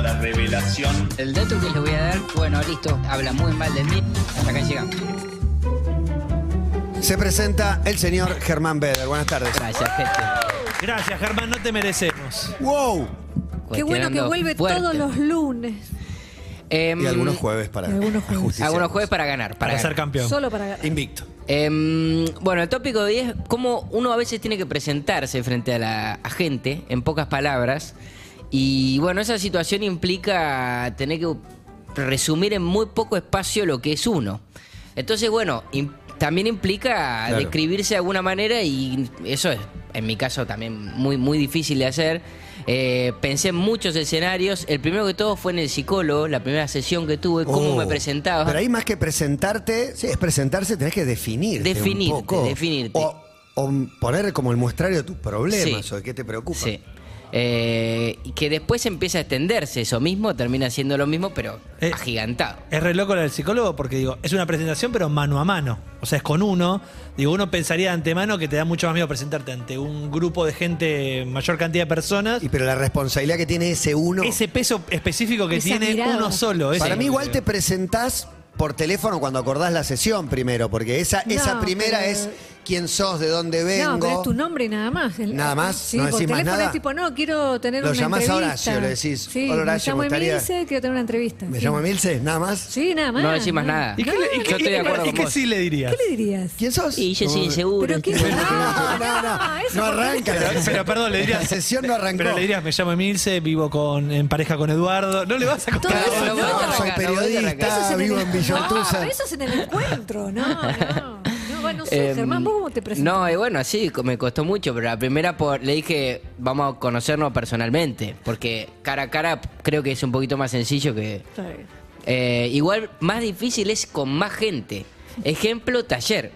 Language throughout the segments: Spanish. revelación. El dato que les voy a dar, bueno, listo, habla muy mal de mí. Hasta acá llegamos. Se presenta el señor Germán Beder. Buenas tardes. Gracias, gente. Gracias, Germán, no te merecemos. ¡Wow! Qué bueno que Cuestionando vuelve fuerte. todos los lunes. Em, Y algunos jueves para Algunos jueves. ajusticiarnos. Algunos jueves para ganar. Para, Para ser ganar. campeón. Solo para Invicto. Em, bueno, el tópico de hoy es cómo uno a veces tiene que presentarse frente a la a gente, en pocas palabras. Y bueno, esa situación implica tener que resumir en muy poco espacio lo que es uno. Entonces, bueno, im- también implica Claro. describirse de alguna manera y eso es, en mi caso, también muy, muy difícil de hacer. Eh, pensé en muchos escenarios. El primero que todo fue en el psicólogo, la primera sesión que tuve, cómo Oh. me presentaba. Pero ahí más que presentarte, sí, es presentarse, tenés que definirte. Definirte, un poco. definirte. O, o poner como el muestrario de tus problemas Sí. o de qué te preocupa. Sí. Eh, y que después empieza a extenderse eso mismo, termina siendo lo mismo, pero Eh. agigantado. Es re loco la del psicólogo porque digo, es una presentación pero mano a mano. O sea, es con uno. Digo, uno pensaría de antemano que te da mucho más miedo presentarte ante un grupo de gente, mayor cantidad de personas. Y pero la responsabilidad que tiene ese uno. Ese peso específico que Esa tiene mirada. uno solo. ese- para mí igual te presentás por teléfono cuando acordás la sesión primero, porque esa, No, esa primera pero- es quién sos, de dónde vengo. No, pero es tu nombre y nada más. El- Nada más, Sí, no por decís más teléfono nada. es tipo, no, quiero tener Lo una llamás entrevista. a Horacio, le decís, Sí, "Hola, me Horacio, llamo me gustaría- Emilce, quiero tener una entrevista. Me Sí. llamo Emilce, nada más. Sí, nada más. No decís más nada. ¿Y qué le- y qué- Yo estoy de acuerdo y con qué vos. sí le dirías? ¿Qué le dirías? ¿Quién sos? Y yo soy No, inseguro. ¿Pero qué? inseguro. No, Ah, no, no, eso no por arranca. Pero, la- pero, perdón, le dirías. La sesión no arrancó. Pero le dirías, me llamo Emilce, vivo con, en pareja con Eduardo. No le vas a contar. Todo eso, No, no, no, no, soy no, periodista, eso en el- vivo en Villortuza. No, eso es en el encuentro. No, no. No, bueno, no sé, Em, Germán, ¿vos cómo te presentas? No, eh, y bueno, sí, co- me costó mucho, pero la primera por, le dije, vamos a conocernos personalmente, porque cara a cara creo que es un poquito más sencillo que... Sí. Eh, igual más difícil es con más gente. Ejemplo, taller.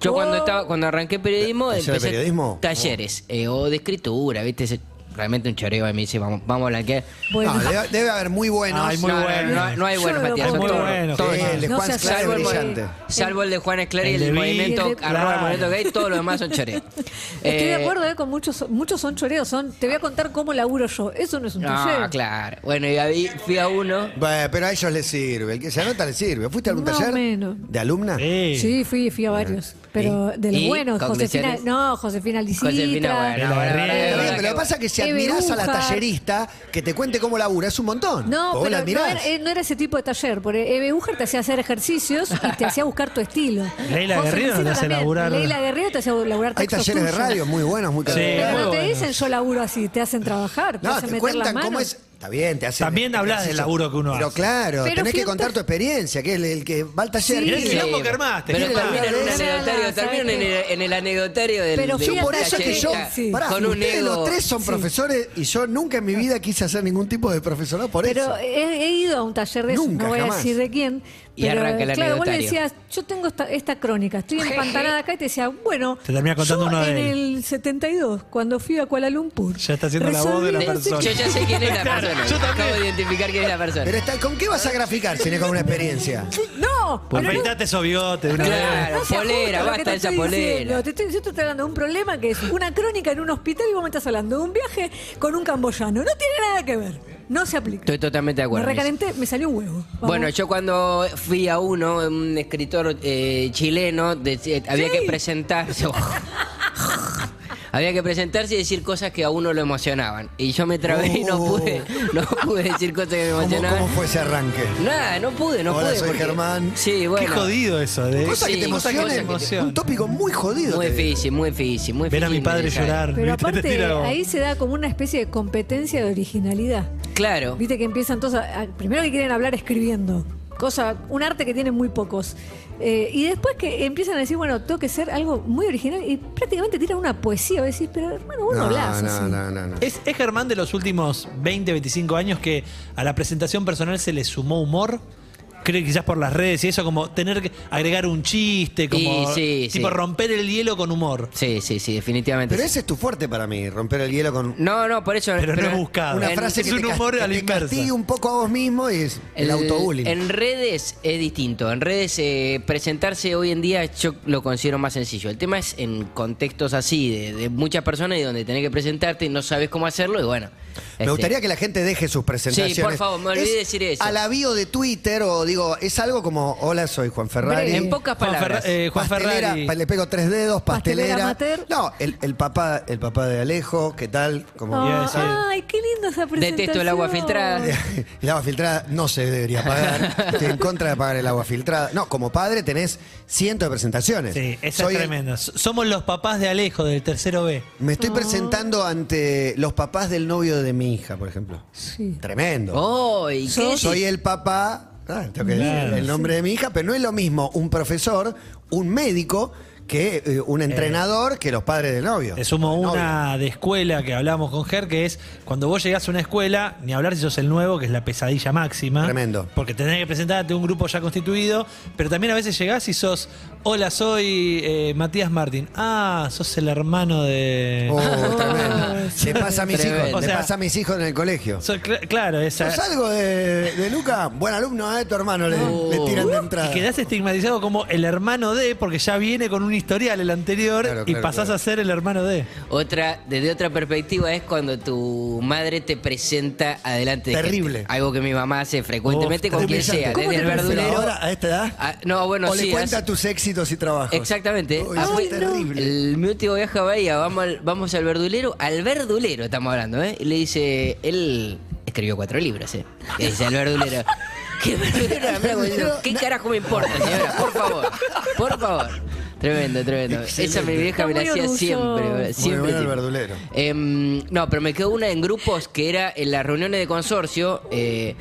Yo Oh. cuando estaba, cuando arranqué periodismo, ¿Taller de empecé periodismo? talleres eh, o de escritura, viste, Ese- realmente un choreo y me dice, vamos, vamos a blanquear. Bueno, No, debe, debe haber muy buenos. Ay, muy no, no, bueno. no, no hay Yo bueno, lo Matías, veo son muy todos- bueno. todos Sí, malos. el de No Juan seas Sclar es Salvo el, brillante. salvo el de Juan Esclar y El el, de Vic, movimiento, el de- arroba el claro. movimiento gay, todos los demás son choreos. Estoy de Eh, acuerdo eh, con muchos, muchos son choreos. Son, te voy a contar cómo laburo yo. Eso no es un No, taller. claro. Bueno, y ahí fui a uno. Bueno, pero a ellos les sirve. El que se anota les sirve. ¿Fuiste a algún Más o taller? menos. ¿De alumna? Sí. Sí, fui, fui a varios. Pero de los ¿Y? buenos, Josefina. ¿Condiciones? No, Josefina Lisitra. Josefina, bueno, la bueno, de bueno, Río. Está bueno, bien, bueno, pero lo que pasa es que si Qué admirás a la beruja. tallerista, que te cuente cómo labura, es un montón. No, Porque vos la pero no admirás. era, eh, no era ese tipo de taller, porque Eve Ujar te hacía hacer ejercicios y te hacía buscar tu estilo. Leila José Guerrero Cristina te hace también. laburar. Leila Guerrero te hacía laburar Hay textos talleres de tuyos. radio muy buenos, muy Sí. caros. Pero no te Bueno. dicen yo laburo así, te hacen trabajar, te No, hacen te meter las cuentan manos. cómo es. Está bien, te hacen. También hablás del laburo que uno Pero hace. claro, Pero tenés fui que a un contar ta- tu experiencia, que es el, el que va al taller. Sí. y Mirá el dice, quilombo que armaste. Pero Quiere la terminan en un verdad. anecdotario, terminan en el, en el anecdotario del. Pero del yo Yo por eso es que yo, tallerista, Sí. pará, con un ustedes ego. los tres son profesores y yo nunca en mi vida quise hacer ningún tipo de profesorado por Pero eh, eso. he, he ido a un taller de eso, Nunca, no voy jamás. a decir de quién. Y pero, arranca el Claro, vos le anecdotario. decías, yo tengo esta, esta crónica, estoy empantanada acá y te decía, bueno, Te termina contando yo uno de en él. el 72, cuando fui a Kuala Lumpur. Ya está haciendo la voz de la resolví no sé persona. Yo ya sé quién es la Claro, persona. yo Acabo también. de identificar quién es la persona. Pero está, ¿con qué vas a graficar si no es con una experiencia? qué- No, Pues pero no- afeitate esos bigotes de una vez. Claro, no se polera, ajusta lo que basta te de esa estoy polera. diciendo. Te estoy, yo te estoy hablando de un problema que es una crónica en un hospital y vos me estás hablando de un viaje con un camboyano. No tiene nada que ver. No se aplica. Estoy totalmente de me acuerdo. recalenté, me salió un huevo. Vamos. Bueno, yo cuando fui a uno, un escritor eh, chileno, de- eh, había que presentarse. había que presentarse y decir cosas que a uno lo emocionaban. Y yo me trabé y no Oh. pude, no pude decir cosas que me ¿Cómo, emocionaban. cómo fue ese arranque? Nada, no pude, no Hola, pude. soy Germán. Sí, bueno. Qué jodido eso. De... Cosas que Sí, te cosas- emocionen. cosas que te- Un tópico muy jodido. Muy te digo. difícil, muy difícil, muy Ver difícil. a mi padre ¿sabes? llorar. Pero ¿viste? Te aparte, tira como- ahí se da como una especie de competencia de originalidad. Claro. Viste que empiezan todos a- a- primero que quieren hablar escribiendo, cosa, un arte que tienen muy pocos. Eh, y después que empiezan a decir, bueno, tengo que ser algo muy original y prácticamente tiran una poesía. Vos decís, pero hermano, vos no, No, hablás así. no, no, no, no. ¿Es, es Germán de los últimos 20, 25 años que a la presentación personal se le sumó humor? creo que quizás por las redes y eso, como tener que agregar un chiste, como Y sí, tipo sí. romper el hielo con humor. Sí, sí, sí, definitivamente. Pero sí. ese es tu fuerte para mí, romper el hielo con No, no, por eso. Pero no es buscado. una en- frase es que un te cas- humor que a la te inversa. castigue un poco a vos mismo y es el, autobullying. Eh, En redes es distinto. En redes eh, presentarse hoy en día yo lo considero más sencillo. El tema es en contextos así, de, de muchas personas y donde tenés que presentarte y no sabes cómo hacerlo y bueno. Me gustaría que la gente deje sus presentaciones. Este, Sí, por favor, me olvidé Es de decir eso. A la bio de Twitter o digo, es algo como, hola, soy Juan Ferrari. En pocas Juan, palabras. Ferra- eh, Juan Pastelera, Ferrari. pa- le pego tres dedos, pastelera. Pastelera amateur. No, el, el papá, el papá de Alejo, ¿qué tal? Como Ah. Ah, Yes, yes. Ay, qué linda esa presentación. Detesto el agua filtrada. el agua filtrada no se debería pagar. Estoy en contra de pagar el agua filtrada. No, como padre tenés cientos de presentaciones. Sí, esa Soy es el- tremenda. S- Somos los papás de Alejo, del tercero B. me Oh. estoy presentando ante los papás del novio de mi hija, por ejemplo. Sí. Tremendo. Oh, ¿y qué decís? Soy el papá. Ah, tengo que Claro. decir el nombre de mi hija, pero no es lo mismo un profesor, un médico, que eh, un entrenador, que los padres del novio. Le sumo Novio. una de escuela que hablábamos con Ger, que es cuando vos llegás a una escuela, ni hablar si sos el nuevo, que es la pesadilla máxima. Tremendo. Porque tenés que presentarte a un grupo ya constituido, pero también a veces llegás y sos, hola, soy eh, Matías Martín. Ah, sos el hermano de... Oh, tremendo. Le pasa a mis Tremendo. hijos, O le sea- pasa a mis hijos en el colegio. Sos- cl- claro, esa... ¿Sos algo de, de Luca? Buen alumno, ¿eh? Tu hermano le, No. le tiran de Y entrada. quedás estigmatizado como el hermano de, porque ya viene con un historial el anterior Claro, y claro, pasás claro. a ser el hermano de. Otra, desde otra perspectiva es cuando tu madre te presenta adelante. de Terrible. gente. Algo que mi mamá hace frecuentemente Uf, con quien Humillante. sea, ¿Cómo desde el te parece? verdulero. Pero ahora, a esta edad? Ah, no, bueno, o sí. le cuenta hace- tus éxitos y trabajos. Exactamente. Uy, Ah, eso fue- es terrible. El, mi último viaje a Bahía, vamos al, vamos al verdulero, al verdulero estamos hablando, ¿eh? Y le dice, él escribió cuatro libros, ¿eh? Le dice al verdulero. ¿Qué verdulero? La mira como diciendo, ¿Qué carajo me importa, señora? Por favor, por favor. Tremendo, tremendo. Esa mi vieja me la Está muy hacía orgulloso. siempre, boludo, Muy siempre. bueno el siempre. verdulero. Em, no, pero me quedó una en grupos que era en las reuniones de consorcio. eh,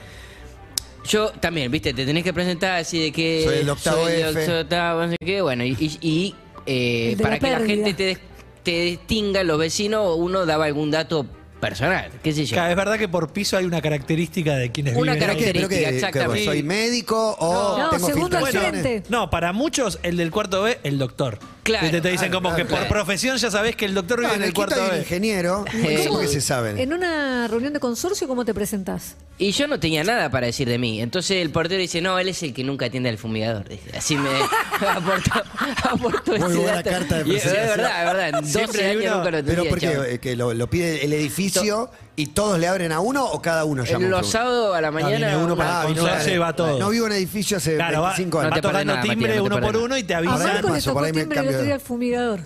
yo también, viste, te tenés que presentar así de que. Soy el octavo soy el F. octavo, no sé qué. Bueno, y, y- y, eh, El de la para que la pérdida. gente te, des- te distinga, los vecinos, uno daba algún dato personal, qué sé yo. Claro, es verdad que por piso hay una característica de quienes Una viven. Pero que, pero que- que exactamente. soy médico o No, tengo segundo filtraciones. ayudante. No, para muchos el del cuarto B, el doctor. Claro. Te, te dicen Claro, como claro, que por claro. profesión ya sabés que el doctor No, vive en el Quito cuarto hay un B. ingeniero. Eh, ¿Cómo que se saben? En una reunión de consorcio, ¿cómo te presentás? Y yo no tenía nada para decir de mí. Entonces el portero dice, no, él es el que nunca atiende al fumigador. Dice, Así me aportó, aportó Muy ese buena dato. carta de Y Es presentación. verdad, es verdad. En Siempre 12 hay años uno- nunca lo atendí ¿Pero por chabón. qué? Eh, ¿Que lo, lo pide el edificio y todos le abren a uno o cada uno llama? a un Los segundo? sábados a la mañana... viene uno una para- consulta. vino uno para- va todo. No vivo en edificio hace Claro, va, 25 va No años. te perdés tocando nada, Matías, timbre no te uno por perdés uno y te A Por ahí avisan. Marco le paso, tocó por ahí me timbre el cambio otro de- día al fumigador.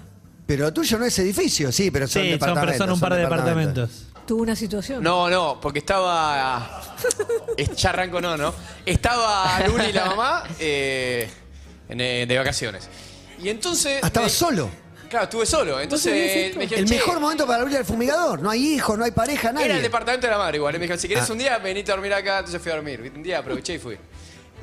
Pero tuyo no es edificio, sí, pero son Sí, son departamentos. personas un par de departamentos. Tuvo una situación. No, no, porque estaba. es- Ya arranco, no, ¿no? Estaba Luli y la mamá eh, en, eh, de vacaciones. Y entonces. Ah, estabas me- solo. Claro, estuve solo. Entonces sabías eh, esto? me dijeron. El "Che, mejor momento para abrir el fumigador. No hay hijos, no hay pareja, nadie. Era el departamento de la madre igual. Y Me dijeron, si querés Ah. un día, venite a dormir acá. Entonces fui a dormir. ¿viste? Un día aproveché y fui.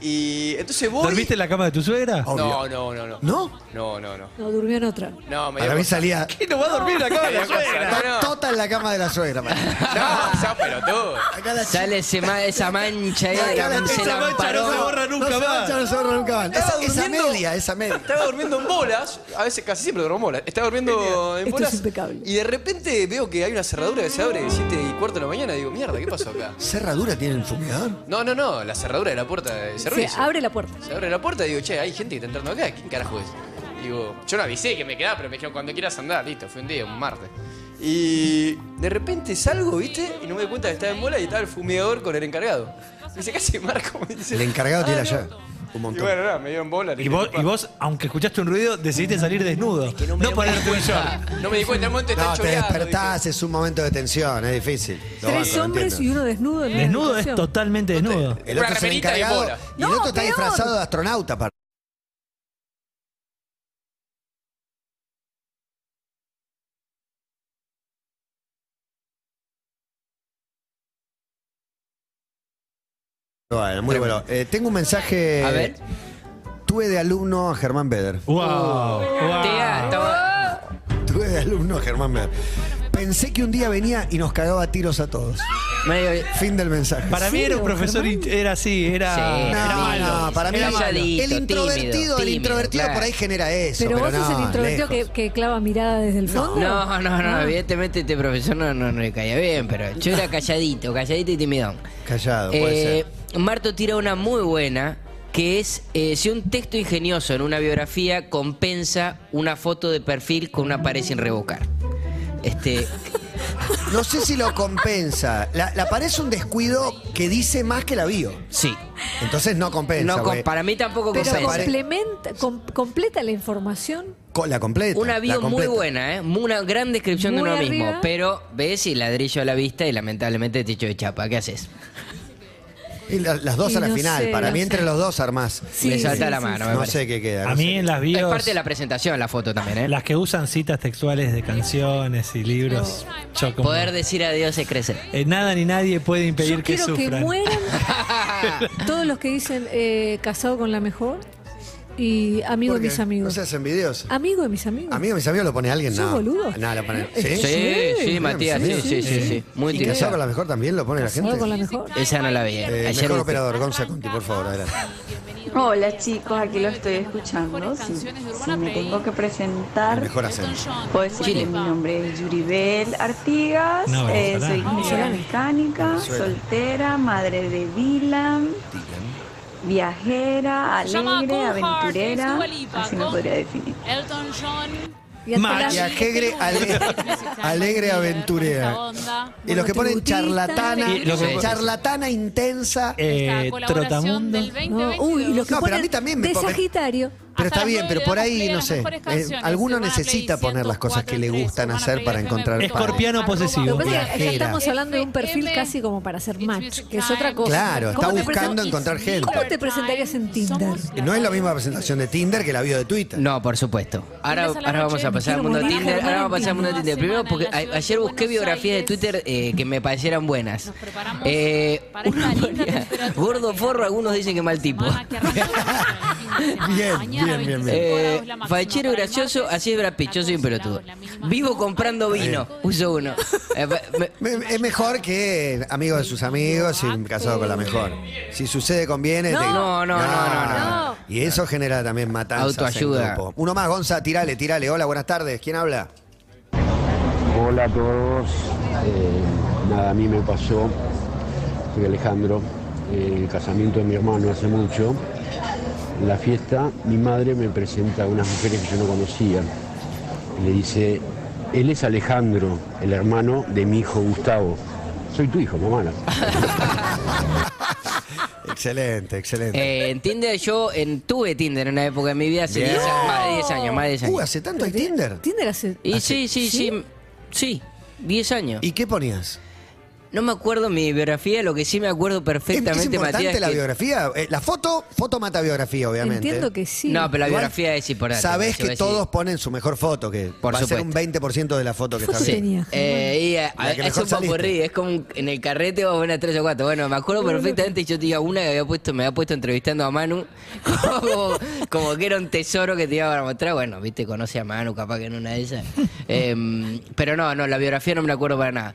Y entonces voy. ¿Dormiste en la cama de tu suegra? Oh. No, no, no, no. ¿No? No, no, no. No, durmió en otra. No, me Para dio mí cosa. salía ¿Qué no va a dormir en la cama de la suegra? No, no. tota en la cama de la suegra. man. No, sea pelotudo. Acá la Sale ese ma- esa mancha ahí, Acá la- la- se esa la mancha amparó. no se borra No nunca se más. mancha, no se borra nunca más. Esa, Estaba esa durmiendo. media, esa media. Estaba durmiendo en bolas, a veces casi siempre duermo en bolas. Estaba durmiendo en Esto bolas. es impecable. Y de repente veo que hay una cerradura que se abre de 7 y cuarto de la mañana. Digo, mierda, ¿qué pasó acá? ¿Cerradura tiene el fumigador? No, no, no, la cerradura de la puerta de Se servicio. abre la puerta. Se abre la puerta y digo, che, hay gente que está entrando acá. ¿Quién carajo es? Digo, yo no avisé que me quedaba, pero me dijeron, cuando quieras andar, listo, fue un día, un martes. Y de repente salgo, ¿viste? Y no me doy cuenta que estaba en bola y estaba el fumigador con el encargado. Me dice, ¿qué hace Marco? Me dice, El encargado tiene "Ah, la no". llave. Un Y montón. bueno, nada, me dieron bola. le Y vos, dije, y vos, aunque escuchaste un ruido, decidiste salir desnudo. no no me ponerte un short. No me di cuenta, en el momento No, está te despertás, es un momento de tensión, es difícil. Lo Tres banco, lo hombres entiendo. y uno desnudo. en una Desnudo es habitación. totalmente desnudo. El Una otro es el remerita y encargado. bola. Y el No, otro está peor. disfrazado de astronauta. aparte. Bueno, muy bueno. Eh, tengo un mensaje. A ver. Tuve de alumno a Germán Beder. Wow. wow. Tía, estaba- Tuve de alumno a Germán Beder. Pensé que un día venía y nos cagaba a tiros a todos. Medio- Fin del mensaje. Para mí era un serio, profesor, Germán? y- era así, era, Sí. era No, malo. no, para mí Era malo. el Tímido, introvertido, el tímido, introvertido claro. por ahí genera eso. Pero Pero, vos sos el no, introvertido que, lejos. que clava mirada desde el fondo. No, no, no, Ah. evidentemente este profesor no, no, no le caía bien, pero yo era calladito, calladito y timidón. Callado, puede Eh, Marto tira una muy buena, que es eh, si un texto ingenioso en una biografía compensa una foto de perfil con una pared sin revocar. Este, ser. No sé si lo compensa. La, la pared es un descuido que dice más que la bio. sí. Entonces no compensa. No, com- güey. para mí tampoco Pero compensa. pare- complementa, com- completa la información. Co- la completa. Una la bio muy completa. buena, ¿eh? Muy- Una gran descripción Muy de uno arriba. mismo. Pero ves y ladrillo a la vista y lamentablemente techo de chapa. ¿Qué haces? Y la- las dos Y a la no final. sé, para no mí sé. entre los dos armás. Sí, Le salta sí, la sí, mano, me no parece. sé qué queda. A no mí sé. en las Es bios, parte de la presentación la foto también, ¿eh? las que usan citas textuales de canciones y libros, yo como- Poder decir adiós es crecer. Eh, nada ni nadie puede impedir Yo que quiero que sufran. mueran todos los que dicen eh, casado con la mejor y amigo de ¿Por qué? mis amigos. No seas envidioso. amigo de mis amigos. Amigo de mis amigos lo pone alguien, ¿Sos no. boludo? No, lo pone. Sí, Sí, Sí, sí, sí, Matías, sí, sí, sí, sí, sí. Muy Y casado con interesante. la mejor también lo pone la Casado gente. con la mejor. Esa no la vi. Eh, Ayer mejor vi- operador, Gonza Conti, por favor, adelante. Hola chicos, aquí lo estoy escuchando. Si, si me tengo que El presentar, mejor acento. puedo decir que mi nombre es Yuribel Artigas, No, eh, Venezuela. soy ingeniera mecánica, soltera, madre de Dylan, viajera, Se llama alegre, Cool Heart, aventurera, Dua Lipa, así me con- podría definir. Elton John. Y hasta Magia. Y las- alegre, ale- alegre aventurera. Y los que ponen charlatana, Y los que- charlatana intensa. Eh, trotamundo. No, Uy, y los que No, pero a ponen mí también me de ponen- Sagitario. Pero está las bien, nueve pero le por damos ahí, play a no las sé. mejores eh, canciones. alguno Urbana Play necesita poner las cosas que le 104.3, gustan Urbana hacer para Play encontrar FM. padre. Escorpiano posesivo. Lo que pasa es que acá Viajera. estamos hablando de un perfil FM. casi como para hacer It's match, music que es time. otra cosa. Claro, está ¿Cómo te buscando present- encontrar gente. ¿Cómo te presentarías en Tinder? No es la misma presentación de Tinder que la bio de Twitter. No, por supuesto. Ahora, Empieza la ahora vamos noche, a pasar al quiero mundo morir. Tinder. Ahora vamos a pasar al mundo Nueva Tinder. semana Primero en porque la a- ciudad ayer de busqué Buenos biografías de Aires. Twitter eh, que me parecieran buenas. Nos preparamos para uno esta linda ponía, temperatura gordo que forro, arranca algunos dicen que mal tipo. Bien, bien, bien, bien. Eh, fachero gracioso, así es Brad Pitt, yo soy un pelotudo. Vivo comprando vino, puso uno. Eh, pa- me- Me- Es mejor que amigo de sus amigos y casado con la mejor. Si sucede, conviene. No. te- Ah, No, no, no, no, no. No. Y eso genera también matanzas. en Autoayuda. grupo. Uno más, Gonza, tirale, tirale. Hola, buenas tardes. ¿Quién habla? Hola a todos. Eh, nada, a mí me pasó, soy Alejandro, Eh, el casamiento de mi hermano hace mucho. En la fiesta, mi madre me presenta a unas mujeres que yo no conocía. Y Le dice, él es Alejandro, el hermano de mi hijo Gustavo. Soy tu hijo, mamá. Excelente, excelente. eh, en Tinder, yo en, tuve Tinder en una época de mi vida, hace Bien. 10 a- más de 10 años, más de 10 Uh, años. hace tanto hay Tinder. Tinder hace... Y sí, sí, sí, sí, 10 años. ¿Y qué ponías? No me acuerdo mi biografía, lo que sí me acuerdo ¿Es, es perfectamente, importante Matías. la que- biografía? Eh, la foto, foto mata biografía, obviamente. Entiendo que sí. No, pero la Igual, biografía es importante. Yo Sabés voy a que decir- todos ponen su mejor foto, que Por va supuesto. a ser un 20% de la foto que está Foto Sí. bien. tenía. Eh, y, eh, La que es mejor un poco saliste. es como un- en el carrete o una tres o cuatro. Bueno, me acuerdo perfectamente y yo tenía una que había puesto, me había puesto entrevistando a Manu, como, como que era un tesoro que te iba a mostrar. Bueno, viste, conoce a Manu, capaz que en una de esas. Em, pero no, no, la biografía no me la acuerdo para nada.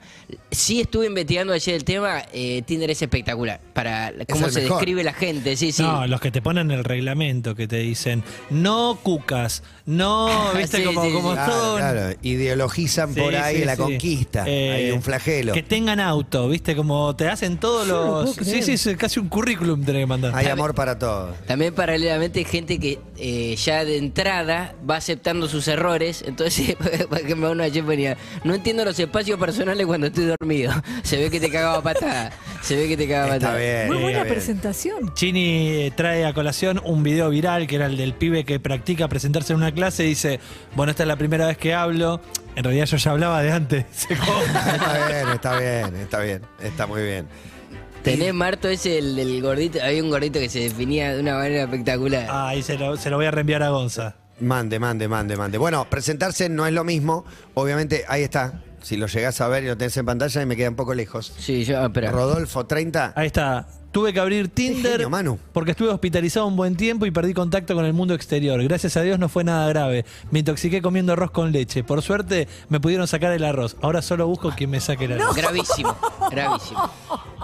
Sí estuve investigando ayer el tema, eh, Tinder es espectacular, para cómo el se mejor. describe la gente, sí, sí. No, los que te ponen el reglamento, que te dicen, no cucas, no, viste, Sí, como, sí, como sí. todo Claro, un- claro. Ideologizan Sí, por ahí sí, la sí. conquista. Eh, hay un flagelo. Que tengan auto, viste, como te hacen todos no lo los. puedo sí, creer. sí, es casi un currículum tenés que mandar. Hay amor para todos. También paralelamente hay gente que eh, ya de entrada va aceptando sus errores. Entonces, por ejemplo, uno ayer ponía, no entiendo los espacios personales cuando estoy dormido. Se ve que te cagaba patada. Se ve que te cagaba Está patada. bien. Muy buena está bien. presentación. Chini eh, trae a colación un video viral que era el del pibe que practica presentarse en una clase y dice, bueno, esta es la primera vez que hablo. En realidad yo ya hablaba de antes. Está bien, está bien, está bien. Está muy bien. Tenés, Marto, ese el, el gordito. Había un gordito que se definía de una manera espectacular. Ah. Ah, Ahí se lo, se lo voy a reenviar a Gonza. Mande, mande, mande, mande. Bueno, presentarse no es lo mismo. Obviamente, ahí está. Si lo llegás a ver y lo tenés en pantalla, y me queda un poco lejos. Sí, yo, ah, espera. Rodolfo 30. Ahí está. Tuve que abrir Tinder genio, Manu. porque estuve hospitalizado un buen tiempo y perdí contacto con el mundo exterior. Gracias a Dios no fue nada grave. Me intoxiqué comiendo arroz con leche. Por suerte me pudieron sacar el arroz. Ahora solo busco quien me saque el arroz. Gravísimo, gravísimo.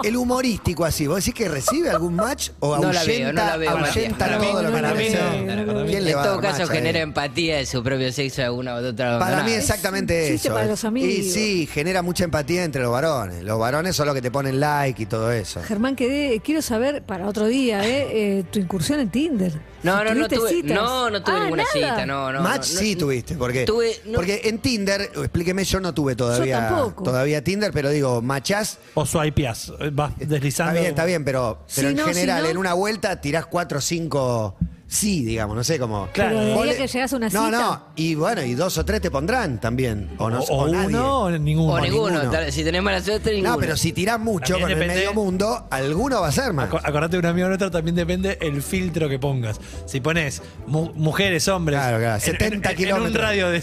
El humorístico así. ¿Vos decís que recibe algún match o No ahuyenta, la veo, no la veo, ahuyenta Matías. todo No, lo que no, analiza? no, no, no, no. ¿Quién le en va a todo dar caso match ahí? genera empatía de su propio sexo de alguna u otra Para manera. mí es exactamente un chiste eso. para los amigos. Y sí, genera mucha empatía entre los varones. Los varones son los que te ponen like y todo eso. Germán, quedé, quiero saber para otro día, ¿eh? Eh, tu incursión en Tinder. No, no, Si no tuviste tuve, citas. no, no tuve Ah, ninguna nada. cita, no, no. match no, no. sí tuviste, ¿por qué? Tuve- no- Porque en Tinder, eh, explíqueme, yo no tuve todavía tampoco. todavía Tinder, pero digo, machás. eh, O swipeás. Vas deslizando. Está bien, está bien, pero, pero Si en no, si general, no- en una vuelta tirás cuatro o cinco sí, digamos, no sé cómo. Claro. Pero Vos diría le- que llegás a una No, cita. no, y bueno, y dos o tres te pondrán también. O, no, o, o o nadie. uno o ninguno. O ninguno, ninguno. tal- si tenés mala suerte, ninguno. No, pero si tirás mucho También con el depende- medio mundo, alguno va a ser más. Acu- Acordate de un amigo nuestro, también depende el filtro que pongas. Si pones mu- mujeres, hombres, Claro, claro, en- 70 en, en un kilómetros. radio de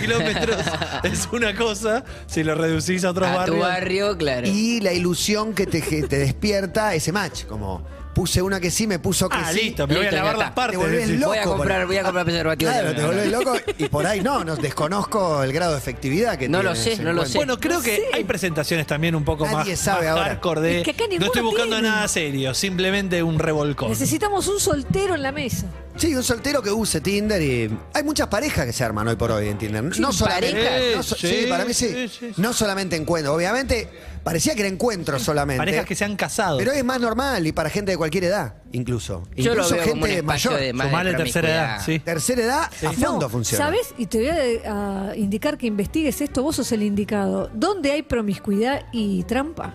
kilómetros es una cosa, si lo reducís a otros a barrios. tu barrio, claro. Y la ilusión que te, que te despierta ese match, como puse una que sí, me puso que ah, sí. listo, me voy Listo, a ya lavar está. las partes. Te volvés decís. loco. voy a por- comprar, voy a comprar preservativos. Claro, No, te no, volvés loco y por ahí no, nos desconozco el grado de efectividad que No tiene lo sé, ese no lo sé. encuentro. Bueno, creo que hay presentaciones también un poco Nadie más, sabe más ahora. hardcore de. Es que acá no ninguno estoy buscando tiene. nada serio, simplemente un revolcón. Necesitamos un soltero en la mesa. Sí, un soltero que use Tinder y. Hay muchas parejas que se arman hoy por hoy en Tinder. No solamente. parejas. no so- Sí, sí, para mí sí. sí, sí, sí. No solamente encuentro. Obviamente, parecía que era encuentro solamente. Parejas que se han casado. Pero es más normal y para gente de cualquier edad, incluso. Yo lo incluso veo gente como un espacio mayor. de más Sumale de tercera edad, promiscuidad. sí. Tercera edad, a fondo No, funciona. ¿Sabes? Y te voy a, a indicar que investigues esto. Vos sos el indicado. ¿Dónde hay promiscuidad y trampa?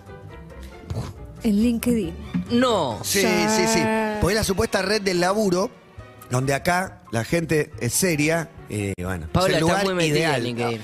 En LinkedIn. No. Sí, Ya. sí, sí. Porque es la supuesta red del laburo, donde acá la gente es seria. Y bueno, Paula está es el lugar muy metida ideal. en LinkedIn.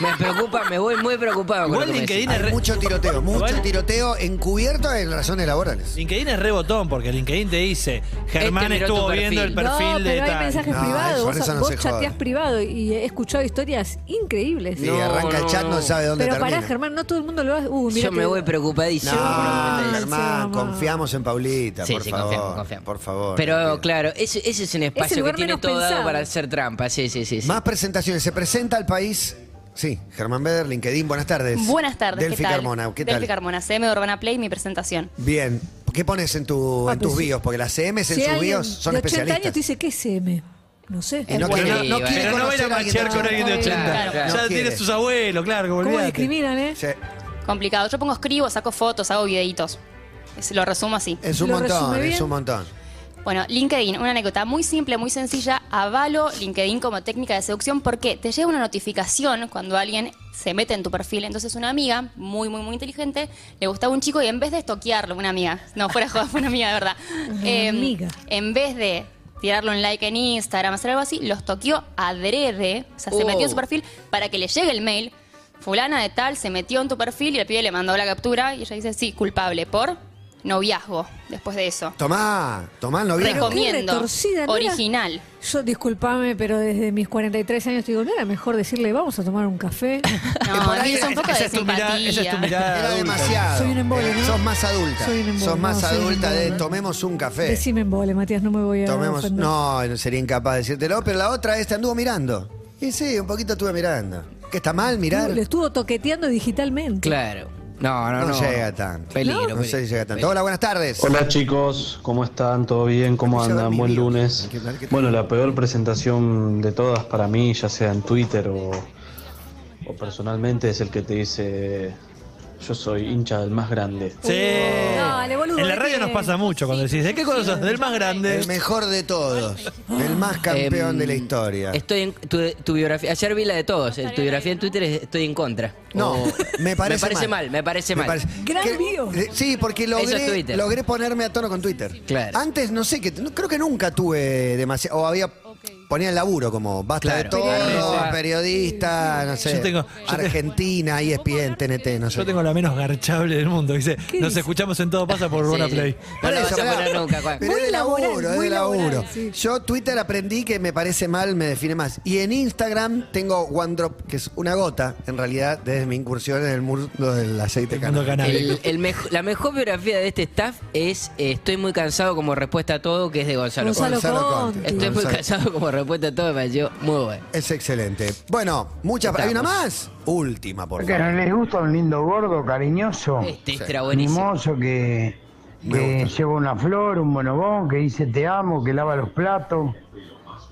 me preocupa, me voy muy preocupado con Igual lo que me LinkedIn decís. es re- Mucho tiroteo, mucho Igual- tiroteo encubierto en razones laborales. LinkedIn es rebotón, porque LinkedIn te dice, Este Germán miró tu estuvo viendo el perfil. perfil no, de pero hay tal. mensajes No, privados. eso- Vos, eso no vos se chateás jode. privado y he escuchado historias increíbles. Sí, No, arranca el no, chat, no, no. sabe dónde Pero termina. pará, Germán, no todo el mundo lo hace. Uh, mirá Yo me que- voy preocupadísimo. con lo que me No, decís. Germán, Ay, confiamos en Paulita, Sí, por sí, favor. confiamos, confiamos. Por favor. Pero Paulita. claro, ese, ese es un espacio que lugar tiene menos todo dado pensado. para hacer trampa. Sí, sí, sí. sí. Más presentaciones. Se presenta al país. Sí, Germán Beder, LinkedIn, buenas tardes. Buenas tardes, Delphi ¿qué tal? Carmona, ¿qué Delphi tal? Carmona, CM de Urbana Play, mi presentación. Bien. ¿Qué pones en, tu, Ah, en pues tus sí. bios? Porque las CMs en Si sus alguien bios son de 80 años especialistas. te dice, ¿qué es M? No sé. Y no Bueno, quiere, no, sí, quiere Pero no vaya a conocer machear con alguien de 80. Claro, claro. Ya No tiene quiere. sus abuelos, claro, como ¿Cómo olvidate. discriminan, eh? Sí, Complicado. Yo pongo escribo, saco fotos, hago videitos. Es- Lo resumo así. Es un Lo montón, resume es bien. un montón. Bueno, LinkedIn, una anécdota muy simple, muy sencilla. Avalo LinkedIn como técnica de seducción porque te llega una notificación cuando alguien se mete en tu perfil. Entonces una amiga, muy, muy, muy inteligente, le gustaba un chico y en vez de estoquearlo, una amiga, no, fuera de joda, fue una amiga de verdad. Em, Una amiga. En vez de tirarle un like en Instagram, hacer algo así, los toqueó adrede, o sea, se Oh. metió en su perfil para que le llegue el mail. Fulana de tal se metió en tu perfil y el pibe le mandó la captura y ella dice, sí, culpable por noviazgo después de eso. Tomá, tomá, no viene. Recom- Recomiendo. retorcida, ¿no era? original. Yo, discúlpame, pero desde mis 43 años te digo, ¿no era mejor decirle, vamos a tomar un café? Y por No, ahí es un esa- poco esa de es tu mirada- simpatía. esa es tu mirada Era adulta. demasiado. Soy un embole, ¿no? Sos más adulta. Soy un embole, Sos más no, soy un adulta de embole. tomemos un café. Decime en vole, Matías, no me voy a Tomemos. ofender. No, sería incapaz de decírtelo, pero la otra es te anduvo mirando. Y sí, un poquito estuve mirando. ¿Que está mal mirar? Lo estuvo toqueteando digitalmente. Claro. No, no, No no. llega tanto. Peligro. No peligro. sé si llega tanto. Hola, buenas tardes. Hola chicos, ¿cómo están? ¿Todo bien? ¿Cómo Empecé a andan? dormir, Buen Dios. lunes. Hay que hablar que te- Bueno, la peor presentación de todas para mí, ya sea en Twitter o, o personalmente, es el que te dice, yo soy hincha del más grande. Sí. Dale, boludo, en la ¿de radio qué? nos pasa mucho cuando decís, ¿de qué color sos? Del más grande. El mejor de todos. El más campeón Em, de la historia. Estoy en tu, tu biografía. Ayer vi la de todos. eh, Tu biografía en Twitter es- estoy en contra. No, O- me parece, mal. Me parece mal. Gran bio. eh, Sí, porque Eso es logré, Twitter. logré ponerme a tono con Twitter. Claro. Antes no sé que no- creo que nunca tuve demasiado o había ponían laburo como basta de Claro. todo, Periodista. periodista, no sé, Yo tengo- yo te- Argentina, E ESPN, TNT, no sé. Yo tengo la menos garchable del mundo. Dice, nos dice? escuchamos en todo pasa por Sí, Buena sí. Play. No Por lo eso, vas a poner pará. nunca, Juan. Pero es de Muy laboral, laburo, es muy de laboral, laburo. sí. Yo Twitter aprendí que me parece mal, me define más. Y en Instagram tengo One Drop, que es una gota, en realidad, desde mi incursión en el mundo del aceite El mundo cannabis. canábico. El- el mejo- la mejor biografía de este staff es eh, Estoy muy cansado como respuesta a todo, que es de Gonzalo. Gonzalo Conte. Conte. Estoy muy Gonzalo. cansado como respuesta a todo, me pareció muy bueno. Es excelente. Bueno, muchas. ¿Hay una Estamos. más? Última, por Que favor. no les gusta un lindo gordo, cariñoso, Este extra buenísimo. mimoso, que, Me que gusta. lleva una flor, un bonobón, que dice te amo, que lava los platos,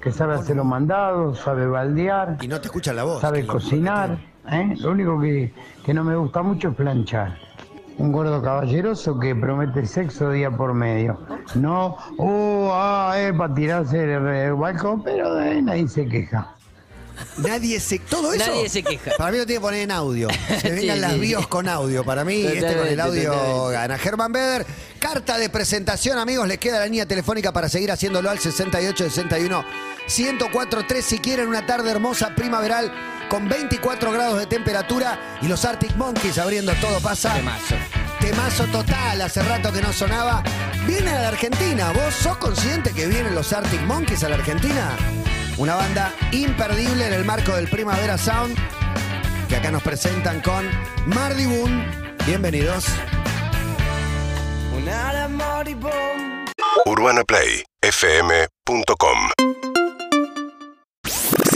que sabe hacer los mandados, sabe baldear, Y no te escuchan la voz. que sabe es lo- cocinar. ¿eh? Lo único que, que no me gusta mucho es planchar. Un gordo caballeroso que promete sexo día por medio. No, uh, ah, eh, para tirarse el, el balcón, pero eh, nadie se queja. Nadie se. Todo eso. Nadie se queja. Para mí lo tiene que poner en audio. Que vengan Sí, las sí, bios sí. con audio. Para mí, este con el Totalmente, audio totalmente. gana. Germán Beder, carta de presentación, amigos. Les queda la línea telefónica para seguir haciéndolo al 6861 1043 si quieren una tarde hermosa primaveral con 24 grados de temperatura y los Arctic Monkeys abriendo todo pasa. Temazo. Temazo total, hace rato que no sonaba. Vienen a la Argentina. ¿Vos sos consciente que vienen los Arctic Monkeys a la Argentina? Una banda imperdible en el marco del Primavera Sound que acá nos presentan con Mardi Boom. Bienvenidos. UrbanaPlayFM.com